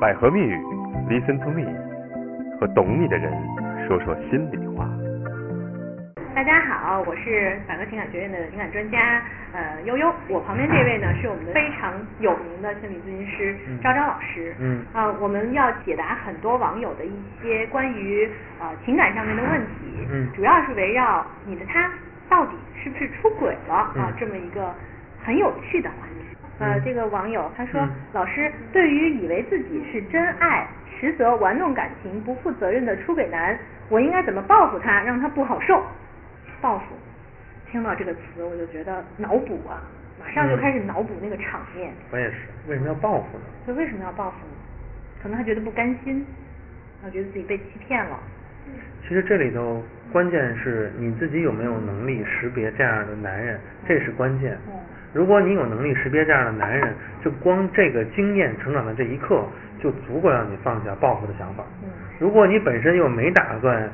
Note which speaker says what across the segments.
Speaker 1: 百合蜜语，Listen to me，和懂你的人说说心里话。
Speaker 2: 大家好，我是百合情感学院的情感专家呃悠悠，我旁边这位呢是我们的非常有名的心理咨询师昭昭老师。
Speaker 3: 嗯
Speaker 2: 啊、我们要解答很多网友的一些关于呃情感上面的问题，
Speaker 3: 嗯
Speaker 2: 主要是围绕你的他到底是不是出轨了啊、
Speaker 3: 嗯
Speaker 2: 这么一个很有趣的话题。呃，
Speaker 3: 嗯
Speaker 2: 这个网友他说，
Speaker 3: 嗯
Speaker 2: 老师对于以为自己是真爱，实则玩弄感情、不负责任的出轨男，我应该怎么报复他，让他不好受？报复，听到这个词我就觉得脑补啊，马上就
Speaker 3: 嗯
Speaker 2: 开始脑补那个场面。
Speaker 3: 我也是，为什么要报复呢？
Speaker 2: 就为什么要报复呢？可能他觉得不甘心，他觉得自己被欺骗了。
Speaker 3: 其实这里头关键是你自己有没有能力识别这样的男人，这是关键
Speaker 2: 嗯。
Speaker 3: 如果你有能力识别这样的男人，就光这个经验成长的这一刻，就足够让你放下报复的想法
Speaker 2: 嗯。
Speaker 3: 如果你本身又没打算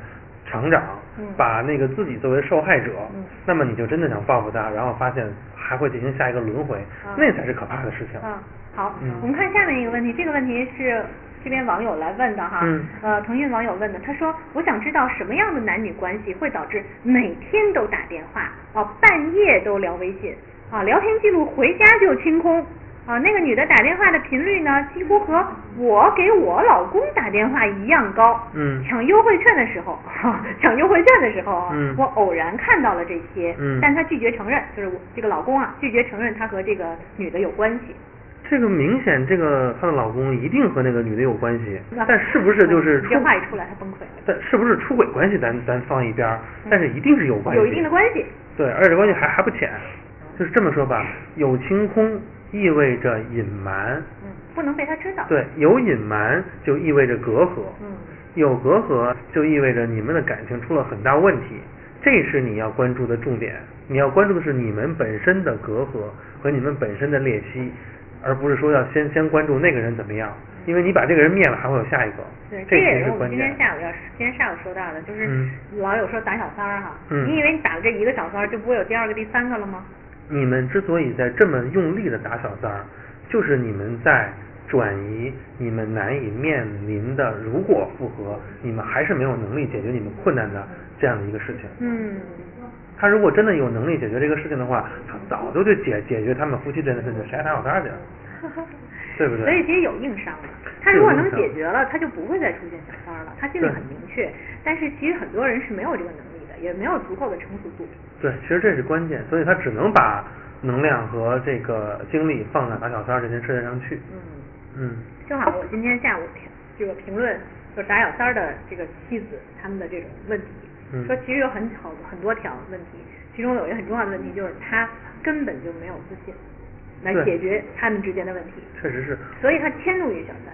Speaker 3: 成长
Speaker 2: 嗯，
Speaker 3: 把那个自己作为受害者
Speaker 2: 嗯，
Speaker 3: 那么你就真的想报复他，然后发现还会进行下一个轮回
Speaker 2: 啊，
Speaker 3: 那才是可怕的事情。
Speaker 2: 嗯，好，
Speaker 3: 嗯
Speaker 2: 我们看下面一个问题，这个问题是这边网友来问的哈，
Speaker 3: 嗯
Speaker 2: 呃，腾讯网友问的，他说我想知道什么样的男女关系会导致每天都打电话，哦、半夜都聊微信，啊，聊天记录回家就清空。啊，那个女的打电话的频率呢，几乎和我给我老公打电话一样高。
Speaker 3: 嗯
Speaker 2: 抢优惠券的时候， 抢优惠券的时候啊，
Speaker 3: 嗯
Speaker 2: 我偶然看到了这些，
Speaker 3: 嗯
Speaker 2: 但他拒绝承认，就是我这个老公啊，拒绝承认他和这个女的有关系。
Speaker 3: 这个明显，这个她的老公一定和那个女的有关系
Speaker 2: 那，
Speaker 3: 但是不是就是出
Speaker 2: 这嗯话一出来，他崩溃了。
Speaker 3: 但是不是出轨关系咱咱放一边儿，但是一定是有关系，
Speaker 2: 有一定的关系。
Speaker 3: 对，而且关系还还不浅，就是这么说吧，有清空意味着隐瞒，
Speaker 2: 嗯，不能被他知道。
Speaker 3: 对，有隐瞒就意味着隔阂，
Speaker 2: 嗯
Speaker 3: 有隔阂就意味着你们的感情出了很大问题，这是你要关注的重点。你要关注的是你们本身的隔阂和你们本身的裂隙，而不是说要先先关注那个人怎么样，因为你把这个人灭了，还会有下一个
Speaker 2: 嗯对，，
Speaker 3: 这
Speaker 2: 这
Speaker 3: 才
Speaker 2: 也
Speaker 3: 是
Speaker 2: 是我们
Speaker 3: 关
Speaker 2: 今天
Speaker 3: 键。
Speaker 2: 下午要今天上午说到的，就是
Speaker 3: 嗯
Speaker 2: 老有说打小三儿哈。
Speaker 3: 嗯
Speaker 2: 你以为你打了这一个小三儿，就不会有第二个、第三个了吗？
Speaker 3: 你们之所以在这么用力的打小三儿，就是你们在转移你们难以面临的，如果复合，你们还是没有能力解决你们困难的这样的一个事情。
Speaker 2: 嗯，
Speaker 3: 他如果真的有能力解决这个事情的话，他早就就解解决他们夫妻之间的事情，谁还打小三儿去啊？ 对不对
Speaker 2: 所以其实有硬伤的。他
Speaker 3: 是有
Speaker 2: 如果
Speaker 3: 硬
Speaker 2: 能
Speaker 3: 伤
Speaker 2: 解决了，他就不会再出现小三儿了。他心里
Speaker 3: 对
Speaker 2: 很明确，但是其实很多人是没有这个能力的，也没有足够的成熟度。
Speaker 3: 对，其实这是关键，所以他只能把能量和这个精力放在打小三儿这件事情上去。
Speaker 2: 嗯。
Speaker 3: 嗯，
Speaker 2: 正好我今天下午评这个评论就是打小三儿的这个妻子他们的这种问题，
Speaker 3: 嗯
Speaker 2: 说其实有很好很多条问题，其中有一个很重要的问题就是他根本就没有自信来
Speaker 3: 对
Speaker 2: 解决他们之间的问题，
Speaker 3: 确实是。
Speaker 2: 所以他迁怒于小三。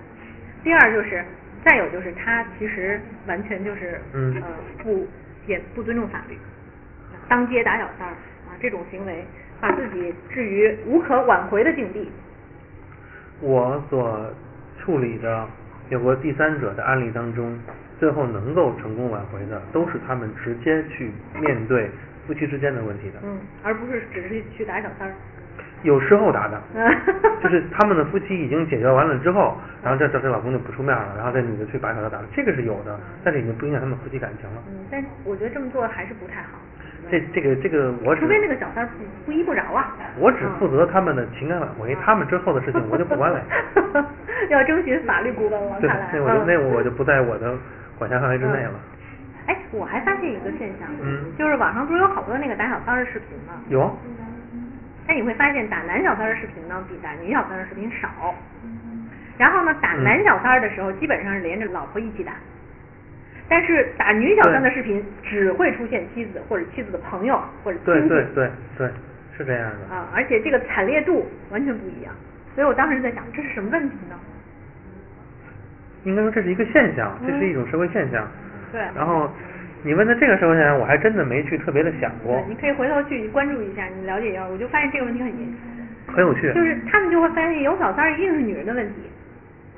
Speaker 2: 第二就是，再有就是他其实完全就是
Speaker 3: 嗯
Speaker 2: 呃不也不尊重法律，当街打小三儿啊这种行为，把自己置于无可挽回的境地。
Speaker 3: 我所处理的有过第三者的案例当中，最后能够成功挽回的，都是他们直接去面对夫妻之间的问题的。
Speaker 2: 嗯，而不是只是去打小三儿。，
Speaker 3: 有事后打的 就是他们的夫妻已经解决完了之后，然后这这这老公就不出面了，然后这女的去把小三打了，这个是有的，但是已经不影响他们夫妻感情了。
Speaker 2: 嗯，但我觉得这么做还是不太好。
Speaker 3: 这这个这个我只
Speaker 2: 除非那个小三儿不不依不饶啊。
Speaker 3: 我只
Speaker 2: 嗯
Speaker 3: 负责他们的情感挽回，他们之后的事情我就不管了。
Speaker 2: 要征询法律顾问了，
Speaker 3: 对
Speaker 2: 看来，。
Speaker 3: 那我就
Speaker 2: 嗯
Speaker 3: 那我就不在我的管辖范围之内了。
Speaker 2: 哎，我还发现一个现象，
Speaker 3: 嗯
Speaker 2: 就是网上不是有好多那个打小三儿的视频吗？
Speaker 3: 有，
Speaker 2: 但你会发现打男小三儿的视频呢，比打女小三儿的视频少。然后呢，打
Speaker 3: 嗯
Speaker 2: 男小三儿的时候，基本上是连着老婆一起打。但是打女小三的
Speaker 3: 对
Speaker 2: 视频只会出现妻子或者妻子的朋友或者亲
Speaker 3: 对
Speaker 2: 戚
Speaker 3: 对对对，是这样的。
Speaker 2: 啊，而且这个惨烈度完全不一样。所以我当时在想，这是什么问题呢？
Speaker 3: 应该说这是一个现象，
Speaker 2: 嗯
Speaker 3: 这是一种社会现象。
Speaker 2: 对
Speaker 3: 然后你问他这个社会现象，我还真的没去特别的想过
Speaker 2: 对，，你可以回头去关注一下，你了解一下。我就发现这个问题很严重，
Speaker 3: 很有趣。
Speaker 2: 就是他们就会发现有小三儿一定是女人的问题，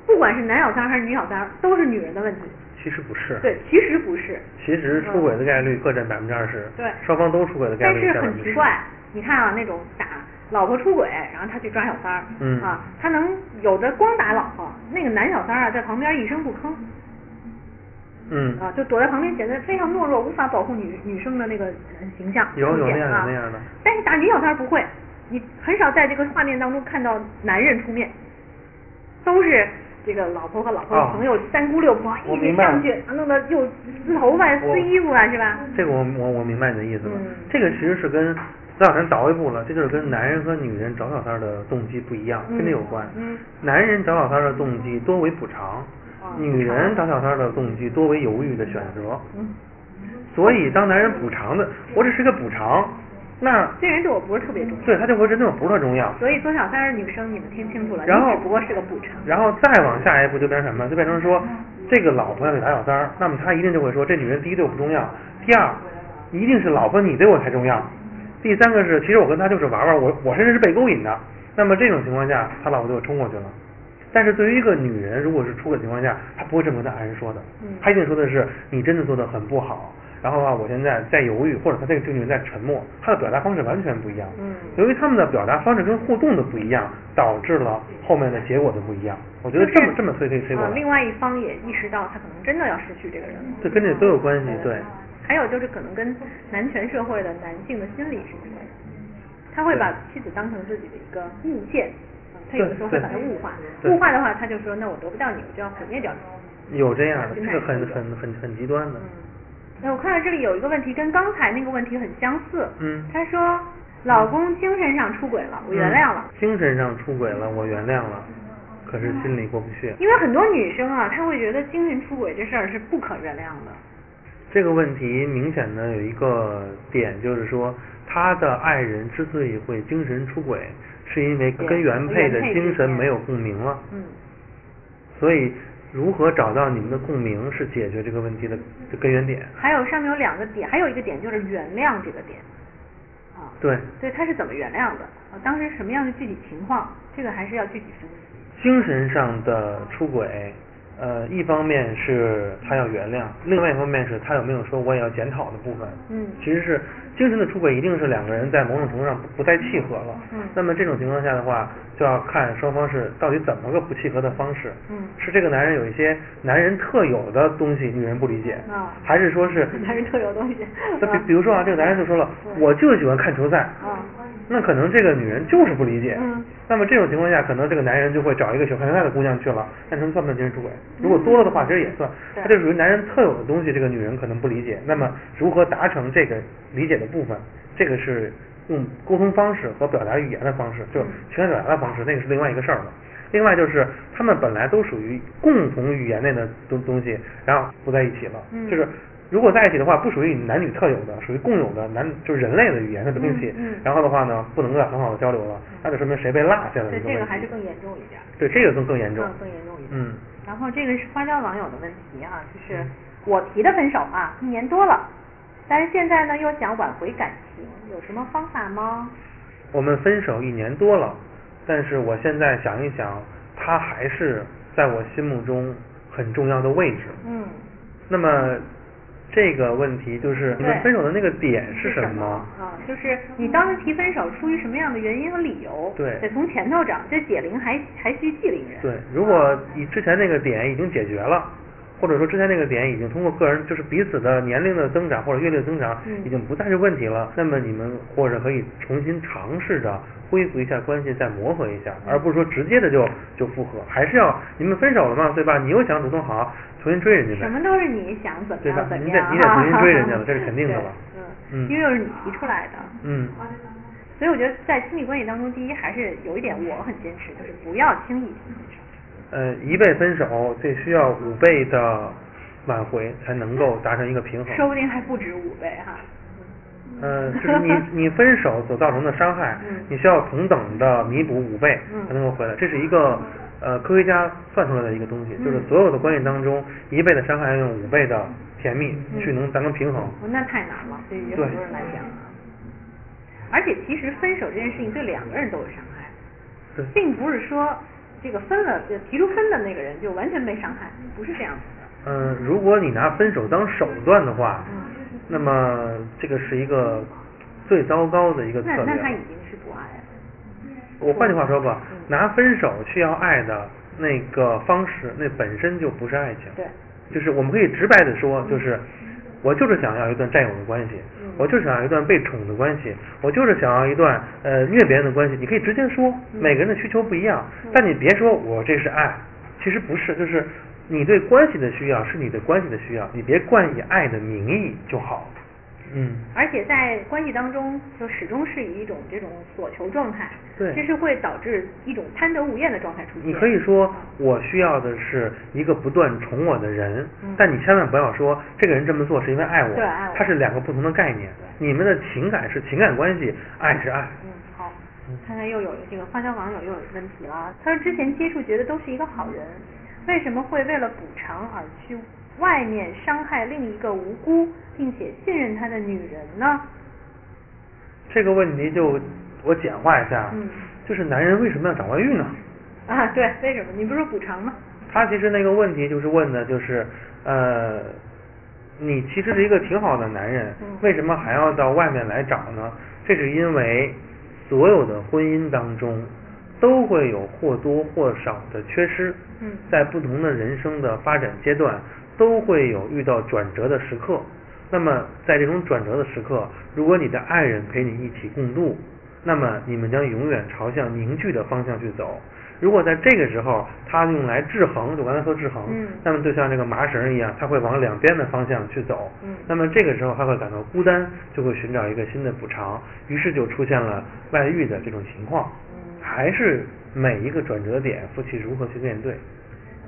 Speaker 2: 不管是男小三儿还是女小三儿，都是女人的问题。
Speaker 3: 其实不是。
Speaker 2: 对，其实不是。
Speaker 3: 其实出轨的概率各占百分之二十。
Speaker 2: 对
Speaker 3: 双方都出轨的概
Speaker 2: 但
Speaker 3: 率
Speaker 2: 是
Speaker 3: 占百分
Speaker 2: 很
Speaker 3: 之
Speaker 2: 奇怪，你看啊，那种打老婆出轨，然后他去抓小三儿，
Speaker 3: 嗯
Speaker 2: 啊，他能有的光打老婆，那个男小三儿啊在旁边一声不吭，
Speaker 3: 嗯，
Speaker 2: 啊，就躲在旁边，显得非常懦弱，无法保护女女生的那个呃形象。
Speaker 3: 有
Speaker 2: 出
Speaker 3: 有那
Speaker 2: 现
Speaker 3: 样
Speaker 2: 啊
Speaker 3: 有那样的
Speaker 2: 但是打女小三儿不会，你很少在这个画面当中看到男人出面，都是这个老婆和老婆的
Speaker 3: 哦
Speaker 2: 朋友、三姑六婆
Speaker 3: 我
Speaker 2: 一起
Speaker 3: 明白
Speaker 2: 上
Speaker 3: 了
Speaker 2: 去，啊弄得又撕头发、
Speaker 3: 我
Speaker 2: 撕衣服啊，是吧？
Speaker 3: 这个我我我明白你的意思了。
Speaker 2: 嗯
Speaker 3: 这个其实是跟咱咱倒一步了，这就是跟男人和女人找小三儿的动机不一样，跟这有关。
Speaker 2: 嗯
Speaker 3: 男人找小三儿的动机多为补偿，
Speaker 2: 哦
Speaker 3: 女人找小三儿的动机多为犹豫的选择。
Speaker 2: 嗯，
Speaker 3: 所以当男人补偿的，我只是个补偿，那
Speaker 2: 这人对我不是特别重要，
Speaker 3: 对他就会真的不是特重要。
Speaker 2: 所以做小三儿的女生你们听清楚了，
Speaker 3: 然
Speaker 2: 你
Speaker 3: 后
Speaker 2: 只不过是个补偿。嗯
Speaker 3: 然后再往下一步就变成什么？就变成说，这个老婆要给打小三儿，那么他一定就会说，这女人第一对我不重要，第二一定是老婆你对我才重要，第三个是其实我跟他就是玩玩，我我甚至是被勾引的。那么这种情况下，他老婆就会冲过去了。但是对于一个女人，如果是出轨情况下，她不会这么跟爱人说的
Speaker 2: 嗯，
Speaker 3: 她一定说的是你真的做的很不好，然后啊，我现在在犹豫，或者她这个这个女人在沉默，她的表达方式完全不一样。
Speaker 2: 嗯
Speaker 3: 由于他们的表达方式跟互动的不一样，导致了后面的结果的不一样。我觉得这么这么推推推过
Speaker 2: 啊，另
Speaker 3: 来，
Speaker 2: 外一方也意识到他可能真的要失去这个人了。啊
Speaker 3: 这跟这都有关系。对，
Speaker 2: 还有就是可能跟男权社会的男性的心理是有关系，他会把妻子当成自己的一个物件，啊他有的时候会把它物化，
Speaker 3: 对对
Speaker 2: 物化的话他就说那我得不到你，我就要毁灭掉你。
Speaker 3: 有这样的，
Speaker 2: 现
Speaker 3: 这
Speaker 2: 在
Speaker 3: 个很
Speaker 2: 是
Speaker 3: 很很很极端的
Speaker 2: 嗯。，哎，我看到这里有一个问题跟刚才那个问题很相似，
Speaker 3: 嗯
Speaker 2: 他说老公精神上出轨了，我原谅了
Speaker 3: 嗯，精神上出轨了，我原谅了，可是心里过不去。
Speaker 2: 嗯因为很多女生啊，她会觉得精神出轨这事儿是不可原谅的，
Speaker 3: 这个问题明显的有一个点，就是说他的爱人之所以会精神出轨，是因为跟原配的精神没有共鸣了。
Speaker 2: 嗯。
Speaker 3: 所以，如何找到你们的共鸣是解决这个问题的的根源点。
Speaker 2: 还有上面有两个点，还有一个点就是原谅这个点，啊，
Speaker 3: 对，
Speaker 2: 对，他是怎么原谅的？啊，当时什么样的具体情况？这个还是要具体分析。
Speaker 3: 精神上的出轨，呃，一方面是他要原谅，另外一方面是他有没有说我也要检讨的部分。
Speaker 2: 嗯
Speaker 3: 其实是精神的出轨，一定是两个人在某种程度上不不再契合了。
Speaker 2: 嗯
Speaker 3: 那么这种情况下的话，就要看双方是到底怎么个不契合的方式。
Speaker 2: 嗯
Speaker 3: 是这个男人有一些男人特有的东西，女人不理解，
Speaker 2: 啊
Speaker 3: 还是说是
Speaker 2: 男人特有东西
Speaker 3: 那比
Speaker 2: 啊嗯
Speaker 3: 比如说啊，这个男人就说了，我就喜欢看球赛。
Speaker 2: 啊
Speaker 3: 那可能这个女人就是不理解。
Speaker 2: 嗯
Speaker 3: 那么这种情况下，可能这个男人就会找一个喜欢看球赛的姑娘去了，那能算不算精神出轨？如果多了的话，其实也算。
Speaker 2: 嗯对
Speaker 3: 他这属于男人特有的东西，这个女人可能不理解。那么如何达成这个理解的部分？这个是用沟通方式和表达语言的方式，
Speaker 2: 嗯
Speaker 3: 就是情感表达的方式，那个是另外一个事儿了。另外就是他们本来都属于共同语言内的东东西，然后不在一起了，
Speaker 2: 嗯
Speaker 3: 就是。如果在一起的话，不属于男女特有的，属于共有的男就是人类的语言的东西。
Speaker 2: 嗯嗯嗯
Speaker 3: 然后的话呢，不能够啊很好的交流了，那就说明谁被落下了
Speaker 2: 对，
Speaker 3: 一
Speaker 2: 这
Speaker 3: 问
Speaker 2: 个
Speaker 3: 题。
Speaker 2: 还是更严重一点。
Speaker 3: 对这个更更严重
Speaker 2: 嗯，。更严重一点。
Speaker 3: 嗯。
Speaker 2: 然后这个是花椒网友的问题啊，就是我提的分手啊，一年多了，但是现在呢又想挽回感情，有什么方法吗？
Speaker 3: 我们分手一年多了，但是我现在想一想，他还是在我心目中很重要的位置。
Speaker 2: 嗯，
Speaker 3: 那么这个问题就是你们
Speaker 2: 对
Speaker 3: 分手的那个点是
Speaker 2: 什
Speaker 3: 什么？
Speaker 2: 啊，就是你当时提分手出于什么样的原因和理由？
Speaker 3: 对
Speaker 2: 得从前头找，这解铃还还须系铃人。啊
Speaker 3: 对，如果你之前那个点已经解决了，或者说之前那个点已经通过个人就是彼此的年龄的增长或者阅历的增长
Speaker 2: 嗯，
Speaker 3: 已经不再是问题了，那么你们或者可以重新尝试着恢复一下关系，再磨合一下，
Speaker 2: 嗯
Speaker 3: 而不是说直接的就就复合，还是要你们分手了嘛，对吧？你又想主动好，重新追人家
Speaker 2: 什
Speaker 3: 呗。
Speaker 2: 么都是你想怎么
Speaker 3: 对吧
Speaker 2: 样怎么
Speaker 3: 你得
Speaker 2: 样，
Speaker 3: 你得重新 追人家了这是肯定的吧
Speaker 2: 对嗯，
Speaker 3: 嗯
Speaker 2: 因为又是你提出来的，
Speaker 3: 嗯，
Speaker 2: 所以我觉得在亲密关系当中，第一还是有一点我很坚持，就是不要轻易提分手。
Speaker 3: 呃，一倍分手，这需要五倍的挽回才能够达成一个平衡。
Speaker 2: 说不定还不止五倍哈。
Speaker 3: 呃，就 是你你分手所造成的伤害
Speaker 2: 嗯，
Speaker 3: 你需要同等的弥补五倍
Speaker 2: 嗯
Speaker 3: 才能够回来。这是一个呃科学家算出来的一个东西，就是
Speaker 2: 嗯
Speaker 3: 所有的关系当中，一倍的伤害要用五倍的甜蜜
Speaker 2: 嗯
Speaker 3: 去能达成平衡。
Speaker 2: 哦那太难了，对于很多人来讲啊。而且其实分手这件事情对两个人都有伤害，
Speaker 3: 对，
Speaker 2: 并不是说这个分了就提出分的那个人就完全没伤害，不是这样子的。
Speaker 3: 嗯、如果你拿分手当手段的话
Speaker 2: 嗯，
Speaker 3: 那么这个是一个最糟糕的一个策
Speaker 2: 那
Speaker 3: 略
Speaker 2: 那他已
Speaker 3: 了。
Speaker 2: 经是不爱了。
Speaker 3: 我换句话说吧
Speaker 2: 嗯，
Speaker 3: 拿分手去要爱的，那个方式，那本身就不是爱情。
Speaker 2: 对，
Speaker 3: 就是我们可以直白的说，就是我就是想要一段占有的关系，
Speaker 2: 嗯
Speaker 3: 我就是想要一段被宠的关系，我就是想要一段呃虐别人的关系。你可以直接说，
Speaker 2: 嗯
Speaker 3: 每个人的需求不一样，
Speaker 2: 嗯
Speaker 3: 但你别说我这是爱，其实不是，就是你对关系的需要是你对关系的需要，你别冠以爱的名义就好。嗯，
Speaker 2: 而且在关系当中，就始终是以一种这种所求状态，
Speaker 3: 对
Speaker 2: 这是会导致一种贪得无厌的状态出现。
Speaker 3: 你可以说我需要的是一个不断宠我的人，
Speaker 2: 嗯
Speaker 3: 但你千万不要说这个人这么做是因为爱我，
Speaker 2: 对爱我
Speaker 3: 它是两个不同的概念。你们的情感是情感关系，爱是爱。
Speaker 2: 嗯，好
Speaker 3: 嗯，
Speaker 2: 看看又有这个花椒网友又有问题了。他说之前接触觉得都是一个好人，为什么会为了补偿而去外面伤害另一个无辜并且信任他的女人呢？
Speaker 3: 这个问题就我简化一下，
Speaker 2: 嗯
Speaker 3: 就是男人为什么要找外遇呢？
Speaker 2: 啊，对，为什么？你不是说补偿吗？
Speaker 3: 他其实那个问题就是问的就是，呃，你其实是一个挺好的男人，
Speaker 2: 嗯
Speaker 3: 为什么还要到外面来找呢？这是因为所有的婚姻当中都会有或多或少的缺失，
Speaker 2: 嗯
Speaker 3: 在不同的人生的发展阶段都会有遇到转折的时刻。那么在这种转折的时刻，如果你的爱人陪你一起共度，那么你们将永远朝向凝聚的方向去走。如果在这个时候，它用来制衡，就刚才说制衡，
Speaker 2: 嗯
Speaker 3: 那么就像这个麻绳一样，它会往两边的方向去走。
Speaker 2: 嗯
Speaker 3: 那么这个时候，他会感到孤单，就会寻找一个新的补偿，于是就出现了外遇的这种情况。
Speaker 2: 嗯
Speaker 3: 还是每一个转折点，夫妻如何去面对？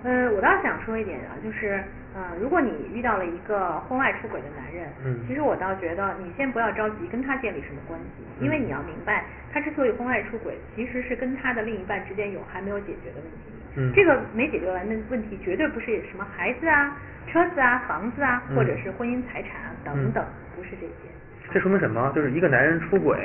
Speaker 2: 呃，我倒是想说一点啊，就是，呃，如果你遇到了一个婚外出轨的男人，
Speaker 3: 嗯
Speaker 2: 其实我倒觉得你先不要着急跟他建立什么关系，因为
Speaker 3: 嗯
Speaker 2: 你要明白，他之所以婚外出轨，其实是跟他的另一半之间有还没有解决的问题。
Speaker 3: 嗯
Speaker 2: 这个没解决完的问题，绝对不是什么孩子啊、车子啊、房子啊，或者
Speaker 3: 嗯
Speaker 2: 是婚姻财产啊
Speaker 3: 嗯
Speaker 2: 等等，不是这些。
Speaker 3: 这说明什么？就是一个男人出轨，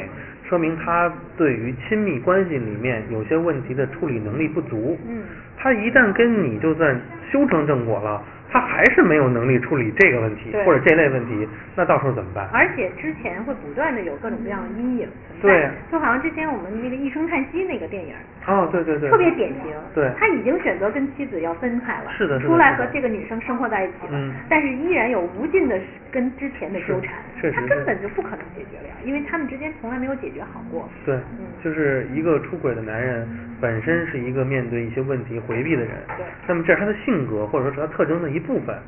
Speaker 3: 说明他对于亲密关系里面有些问题的处理能力不足。
Speaker 2: 嗯
Speaker 3: 他一旦跟你就算修成正果了，他还是没有能力处理这个问题
Speaker 2: 对
Speaker 3: 或者这类问题，那到时候怎么办？
Speaker 2: 而且之前会不断的有各种各样的阴影存在，
Speaker 3: 对
Speaker 2: 就好像之前我们那个《一声叹息》那个电影，
Speaker 3: 哦，对对对，
Speaker 2: 特别典型。
Speaker 3: 对
Speaker 2: 他已经选择跟妻子要分开了，
Speaker 3: 是的是的
Speaker 2: 出来
Speaker 3: 是
Speaker 2: 和
Speaker 3: 的
Speaker 2: 这个女生生活在一起了，
Speaker 3: 嗯
Speaker 2: 但是依然有无尽的跟之前的纠缠
Speaker 3: 是确，实
Speaker 2: 他
Speaker 3: 是
Speaker 2: 根本就不可能解决了呀，因为他们之间从来没有解决好过。
Speaker 3: 对
Speaker 2: 嗯，
Speaker 3: 就是一个出轨的男人本身是一个面对一些问题回避的人
Speaker 2: 对，
Speaker 3: 那么这是他的性格或者说是他特征的一部分。
Speaker 2: 嗯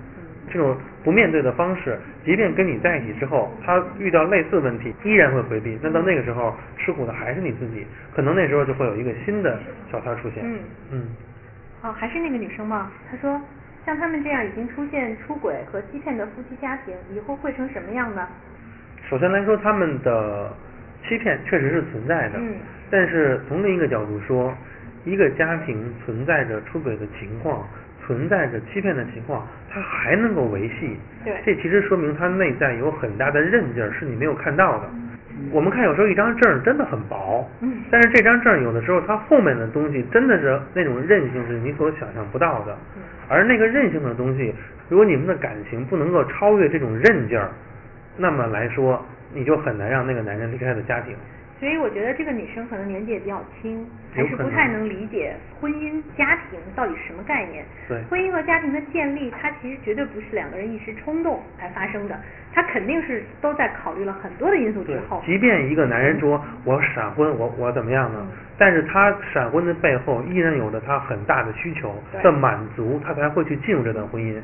Speaker 3: 这种不面对的方式，即便跟你在一起之后，他遇到类似问题依然会回避，那到那个时候吃苦的还是你自己，可能那时候就会有一个新的小三儿出现。
Speaker 2: 嗯
Speaker 3: 嗯，
Speaker 2: 哦，还是那个女生吗？她说，像他们这样已经出现出轨和欺骗的夫妻家庭，以后会成什么样呢？
Speaker 3: 首先来说，他们的欺骗确实是存在的，
Speaker 2: 嗯
Speaker 3: 但是从另一个角度说，一个家庭存在着出轨的情况，存在着欺骗的情况，它还能够维系，
Speaker 2: 对
Speaker 3: 这其实说明他内在有很大的韧劲儿，是你没有看到的。我们看有时候一张证儿真的很薄，
Speaker 2: 嗯
Speaker 3: 但是这张证儿有的时候它后面的东西真的是那种韧性是你所想象不到的
Speaker 2: 嗯，
Speaker 3: 而那个韧性的东西，如果你们的感情不能够超越这种韧劲儿，那么来说你就很难让那个男人离开他的家庭。
Speaker 2: 所以我觉得这个女生可能年纪也比较轻，还
Speaker 3: 有
Speaker 2: 是
Speaker 3: 可
Speaker 2: 不太
Speaker 3: 能
Speaker 2: 能理解婚姻、家庭到底是什么概念。
Speaker 3: 对
Speaker 2: 婚姻和家庭的建立，它其实绝对不是两个人一时冲动才发生的，它肯定是都在考虑了很多的因素
Speaker 3: 对
Speaker 2: 之后，。
Speaker 3: 即便一个男人说我闪婚，我我怎么样呢
Speaker 2: 嗯？
Speaker 3: 但是他闪婚的背后依然有着他很大的需求
Speaker 2: 对
Speaker 3: 的满足，他才会去进入这段婚姻。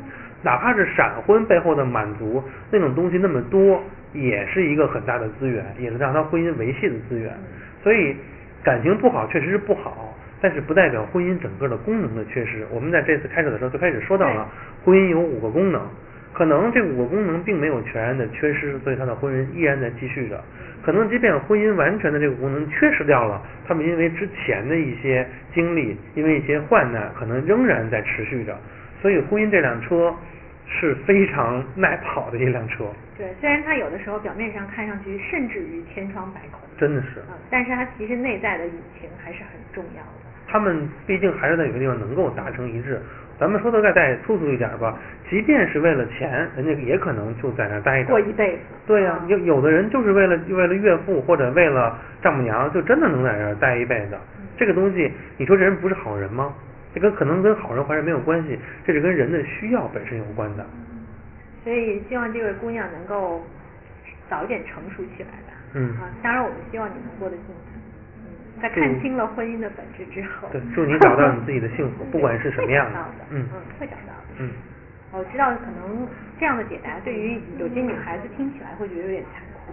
Speaker 3: 哪怕是闪婚背后的满足，那种东西那么多，也是一个很大的资源，也是让他婚姻维系的资源
Speaker 2: 嗯。
Speaker 3: 所以感情不好确实是不好，但是不代表婚姻整个的功能的缺失。我们在这次开始的时候就开始说到了婚姻有五个功能，可能这五个功能并没有全然的缺失，所以他的婚姻依然在继续着。可能即便婚姻完全的这个功能缺失掉了，他们因为之前的一些经历，因为一些患难，可能仍然在持续着。所以婚姻这辆车是非常耐跑的一辆车，
Speaker 2: 对，虽然它有的时候表面上看上去甚至于千疮百孔，
Speaker 3: 真的是。
Speaker 2: 嗯，但是它其实内在的隐情还是很重要的。
Speaker 3: 他们毕竟还是在有些地方能够达成一致。咱们说的再再粗俗一点儿吧，即便是为了钱，人家也可能就在那儿待着，
Speaker 2: 过一辈子
Speaker 3: 对呀、
Speaker 2: 嗯
Speaker 3: 有有的人就是为了为了岳父或者为了丈母娘，就真的能在那儿待一辈子
Speaker 2: 嗯。
Speaker 3: 这个东西，你说这人不是好人吗？这跟可能跟好人坏人没有关系，这是跟人的需要本身有关的。
Speaker 2: 嗯所以希望这位姑娘能够早一点成熟起来吧。
Speaker 3: 嗯
Speaker 2: 啊，当然我们希望你能过得幸福。嗯，在
Speaker 3: 祝
Speaker 2: 看清了婚姻的本质之后，
Speaker 3: 对，祝你找到你自己的幸 福，不管是什么样
Speaker 2: 会找
Speaker 3: 的
Speaker 2: 到的。
Speaker 3: 嗯
Speaker 2: 嗯，会找到的。
Speaker 3: 嗯，
Speaker 2: 我知道可能这样的解答对于有些女孩子听起来会觉得有点残酷，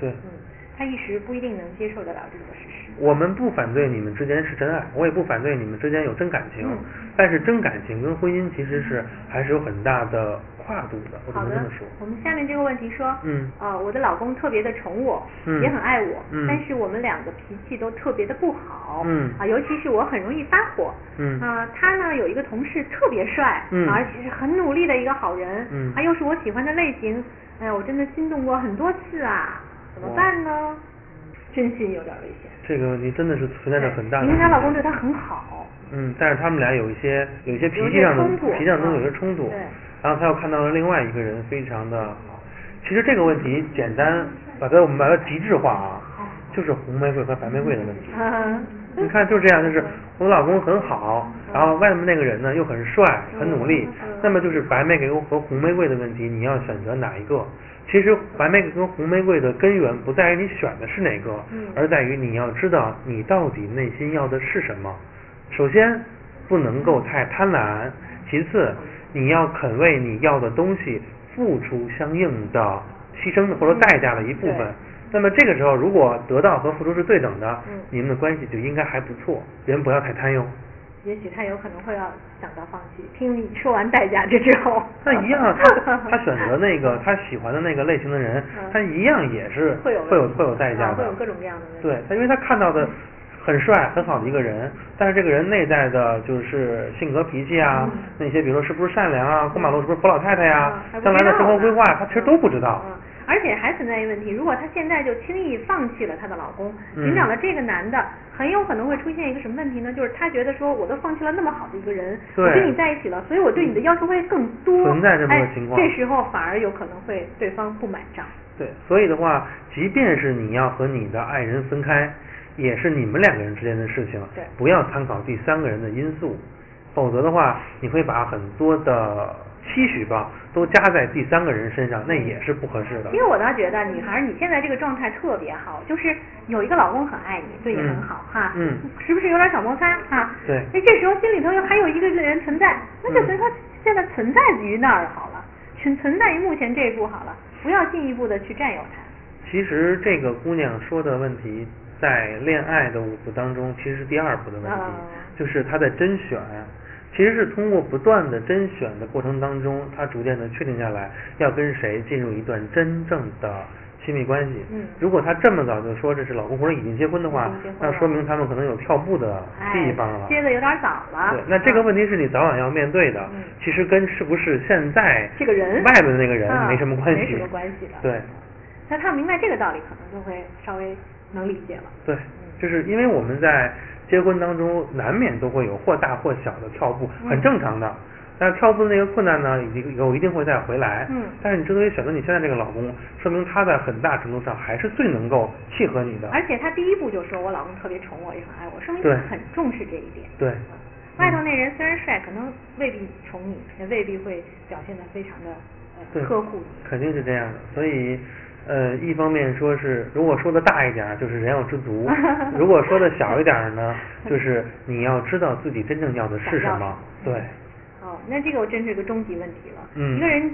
Speaker 3: 对。
Speaker 2: 嗯，她一时不一定能接受得了这种事实。
Speaker 3: 我们不反对你们之间是真爱，我也不反对你们之间有真感情，
Speaker 2: 嗯
Speaker 3: 但是真感情跟婚姻其实是还是有很大的跨度的，我只
Speaker 2: 好
Speaker 3: 能这
Speaker 2: 的
Speaker 3: 么说。，
Speaker 2: 我们下面这个问题说，
Speaker 3: 嗯
Speaker 2: 呃，我的老公特别的宠我，
Speaker 3: 嗯
Speaker 2: 也很爱我，
Speaker 3: 嗯
Speaker 2: 但是我们两个脾气都特别的不好，
Speaker 3: 嗯
Speaker 2: 啊，尤其是我很容易发火，
Speaker 3: 嗯
Speaker 2: 啊，他呢有一个同事特别帅，啊
Speaker 3: 嗯
Speaker 2: 而且是很努力的一个好人，
Speaker 3: 嗯
Speaker 2: 啊，又是我喜欢的类型，哎呀，我真的心动过很多次啊，怎么
Speaker 3: 哇
Speaker 2: 办呢？真心有点危险。
Speaker 3: 这个问题真的是存在着很大的。
Speaker 2: 你看她老公对她很好，
Speaker 3: 嗯，但是他们俩有一些有一些脾
Speaker 2: 有一
Speaker 3: 气
Speaker 2: 些
Speaker 3: 上的
Speaker 2: 冲突
Speaker 3: 脾气上的
Speaker 2: 嗯
Speaker 3: 有些冲突
Speaker 2: 对，
Speaker 3: 然后他又看到了另外一个人非常的好。其实这个问题简单，把它我们把它极致化啊，就是红玫瑰和白玫瑰的问题。
Speaker 2: 嗯，
Speaker 3: 你看就这样，就是我老公很好，然后外面那个人呢又很帅，很努力
Speaker 2: 嗯，
Speaker 3: 那么就是白玫瑰和红玫瑰的问题，你要选择哪一个？其实白玫瑰跟红玫瑰的根源不在于你选的是哪个
Speaker 2: 嗯，
Speaker 3: 而在于你要知道你到底内心要的是什么。首先，不能够太贪婪；其次，你要肯为你要的东西付出相应的牺牲的或者代价的一部分
Speaker 2: 嗯对。
Speaker 3: 那么这个时候，如果得到和付出是对等的，
Speaker 2: 嗯
Speaker 3: 你们的关系就应该还不错。人不要太贪 忧。
Speaker 2: 也许她有可能会要想到放弃。听你说完代价这之后，
Speaker 3: 那一样啊，他他选择那个他喜欢的那个类型的人
Speaker 2: 嗯，
Speaker 3: 他一样也是
Speaker 2: 会有
Speaker 3: 会有会有代价
Speaker 2: 啊会
Speaker 3: 的
Speaker 2: 有，各种各样的问题。嗯
Speaker 3: 对他，因为他看到的很帅很好的一个人，但是这个人内在的就是性格脾气啊，那些比如说是不是善良啊，过马路是不是扶老太太呀、
Speaker 2: 嗯还不
Speaker 3: 将来
Speaker 2: 知
Speaker 3: 的
Speaker 2: 道
Speaker 3: 生活规
Speaker 2: 呢
Speaker 3: 划，他其实都不知道。
Speaker 2: 嗯，嗯而且还存在一个问题，如果她现在就轻易放弃了她的老公，
Speaker 3: 嗯
Speaker 2: 寻找了这个男的，很有可能会出现一个什么问题呢？就是她觉得说，我都放弃了那么好的一个人，
Speaker 3: 对
Speaker 2: 我跟你在一起了，所以我对你的要求会更多。
Speaker 3: 存在这么个情况
Speaker 2: 哎，这时候反而有可能会对方不买账。
Speaker 3: 对，所以的话，即便是你要和你的爱人分开，也是你们两个人之间的事情，
Speaker 2: 对
Speaker 3: 不要参考第三个人的因素，否则的话，你会把很多的期许吧都加在第三个人身上，那也是不合适的
Speaker 2: 因。为我倒觉得女孩儿你现在这个状态特别好，就是有一个老公很爱你，对你很好
Speaker 3: 嗯
Speaker 2: 哈，
Speaker 3: 嗯
Speaker 2: 时不时有点小摩擦哈，
Speaker 3: 对
Speaker 2: 哎，这时候心里头又还有一个人存在，那就
Speaker 3: 嗯
Speaker 2: 觉得他现在存在于那儿好了，存存在于目前这一步好了，不要进一步的去占有他，
Speaker 3: 其实这个姑娘说的问题，在恋爱的五步当中，其实是第二步的问题，
Speaker 2: 哦
Speaker 3: 就是她在甄选。其实是通过不断的甄选的过程当中，她逐渐的确定下来要跟谁进入一段真正的亲密关系。
Speaker 2: 嗯
Speaker 3: 如果她这么早就说这是老公或者已经结婚的话
Speaker 2: 已经结，婚
Speaker 3: 那
Speaker 2: 了
Speaker 3: 说明他们可能有跳啊步的地
Speaker 2: 哎
Speaker 3: 方了，。
Speaker 2: 接的有点早了。
Speaker 3: 对，那这个
Speaker 2: 啊
Speaker 3: 问题是你早晚要面对的。
Speaker 2: 嗯
Speaker 3: 其实跟是不是现在
Speaker 2: 这个人
Speaker 3: 外面的那个人
Speaker 2: 啊
Speaker 3: 没什么关系，
Speaker 2: 没什么关系的
Speaker 3: 对，
Speaker 2: 那他明白这个道理，可能就会稍微能理解了。
Speaker 3: 对，就是因为我们在结婚当中难免都会有或大或小的跳步，很正常的。
Speaker 2: 嗯
Speaker 3: 但是跳步的那个困难呢，以及有一定会再回来。
Speaker 2: 嗯
Speaker 3: 但是你之所以选择你现在这个老公，说明他在很大程度上还是最能够契合你的。
Speaker 2: 而且他第一步就说我老公特别宠我，也很爱我，说明他
Speaker 3: 对
Speaker 2: 很重视这一点。
Speaker 3: 对
Speaker 2: 嗯外头那人虽然帅，可能未必宠你，也未必会表现的非常的
Speaker 3: 对
Speaker 2: 呃呵护你。；
Speaker 3: 肯定是这样的。所以，呃，一方面说是，如果说的大一点儿，就是人要知足 如果说的小一点儿呢，就是你要知道自己真正要的是什
Speaker 2: 想要
Speaker 3: 么。
Speaker 2: 什么，
Speaker 3: 对
Speaker 2: 哦，那这个我真是个终极问题了。
Speaker 3: 嗯
Speaker 2: 一个人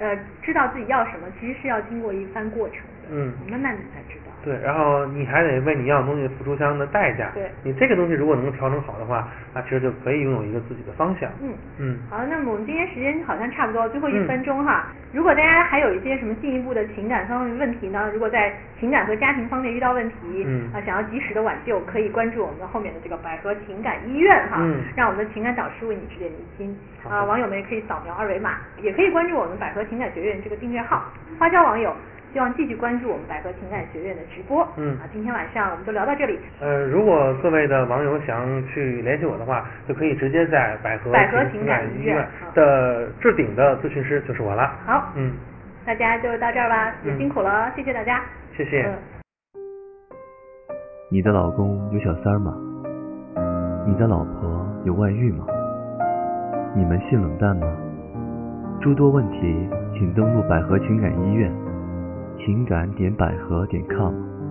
Speaker 2: 呃知道自己要什么，其实是要经过一番过程的。
Speaker 3: 嗯
Speaker 2: 慢慢的才知道。
Speaker 3: 对，然后你还得为你要的东西付出相应的代价。
Speaker 2: 对
Speaker 3: 你这个东西如果能调整好的话，那其实就可以拥有一个自己的方向。
Speaker 2: 嗯
Speaker 3: 嗯，
Speaker 2: 好，那么我们今天时间好像差不多，最后一
Speaker 3: 嗯
Speaker 2: 分钟哈。如果大家还有一些什么进一步的情感方面的问题呢？如果在情感和家庭方面遇到问题，
Speaker 3: 嗯
Speaker 2: 啊、想要及时的挽救，可以关注我们的后面的这个百合情感医院哈，
Speaker 3: 嗯
Speaker 2: 让我们的情感导师为你指点迷津。
Speaker 3: 好
Speaker 2: 啊、
Speaker 3: 的
Speaker 2: 网友们也可以扫描二维码，也可以关注我们百合情感学院这个订阅号。花椒网友希望继续关注我们百合情感学院的直播。
Speaker 3: 嗯
Speaker 2: 啊，今天晚上我们就聊到这里。
Speaker 3: 呃，如果各位的网友想去联系我的话，就可以直接在百合
Speaker 2: 百合情
Speaker 3: 情
Speaker 2: 感
Speaker 3: 感
Speaker 2: 医
Speaker 3: 医
Speaker 2: 院啊
Speaker 3: 院的置顶的咨询师就是我了。
Speaker 2: 好
Speaker 3: 嗯，
Speaker 2: 大家就到这儿吧，也
Speaker 3: 嗯
Speaker 2: 辛苦了，谢谢大家。
Speaker 3: 谢谢。
Speaker 2: 嗯
Speaker 4: 你的老公有小三儿吗？你的老婆有外遇吗？你们性冷淡吗？诸多问题，请登录百合情感医院，情感点百合点 com。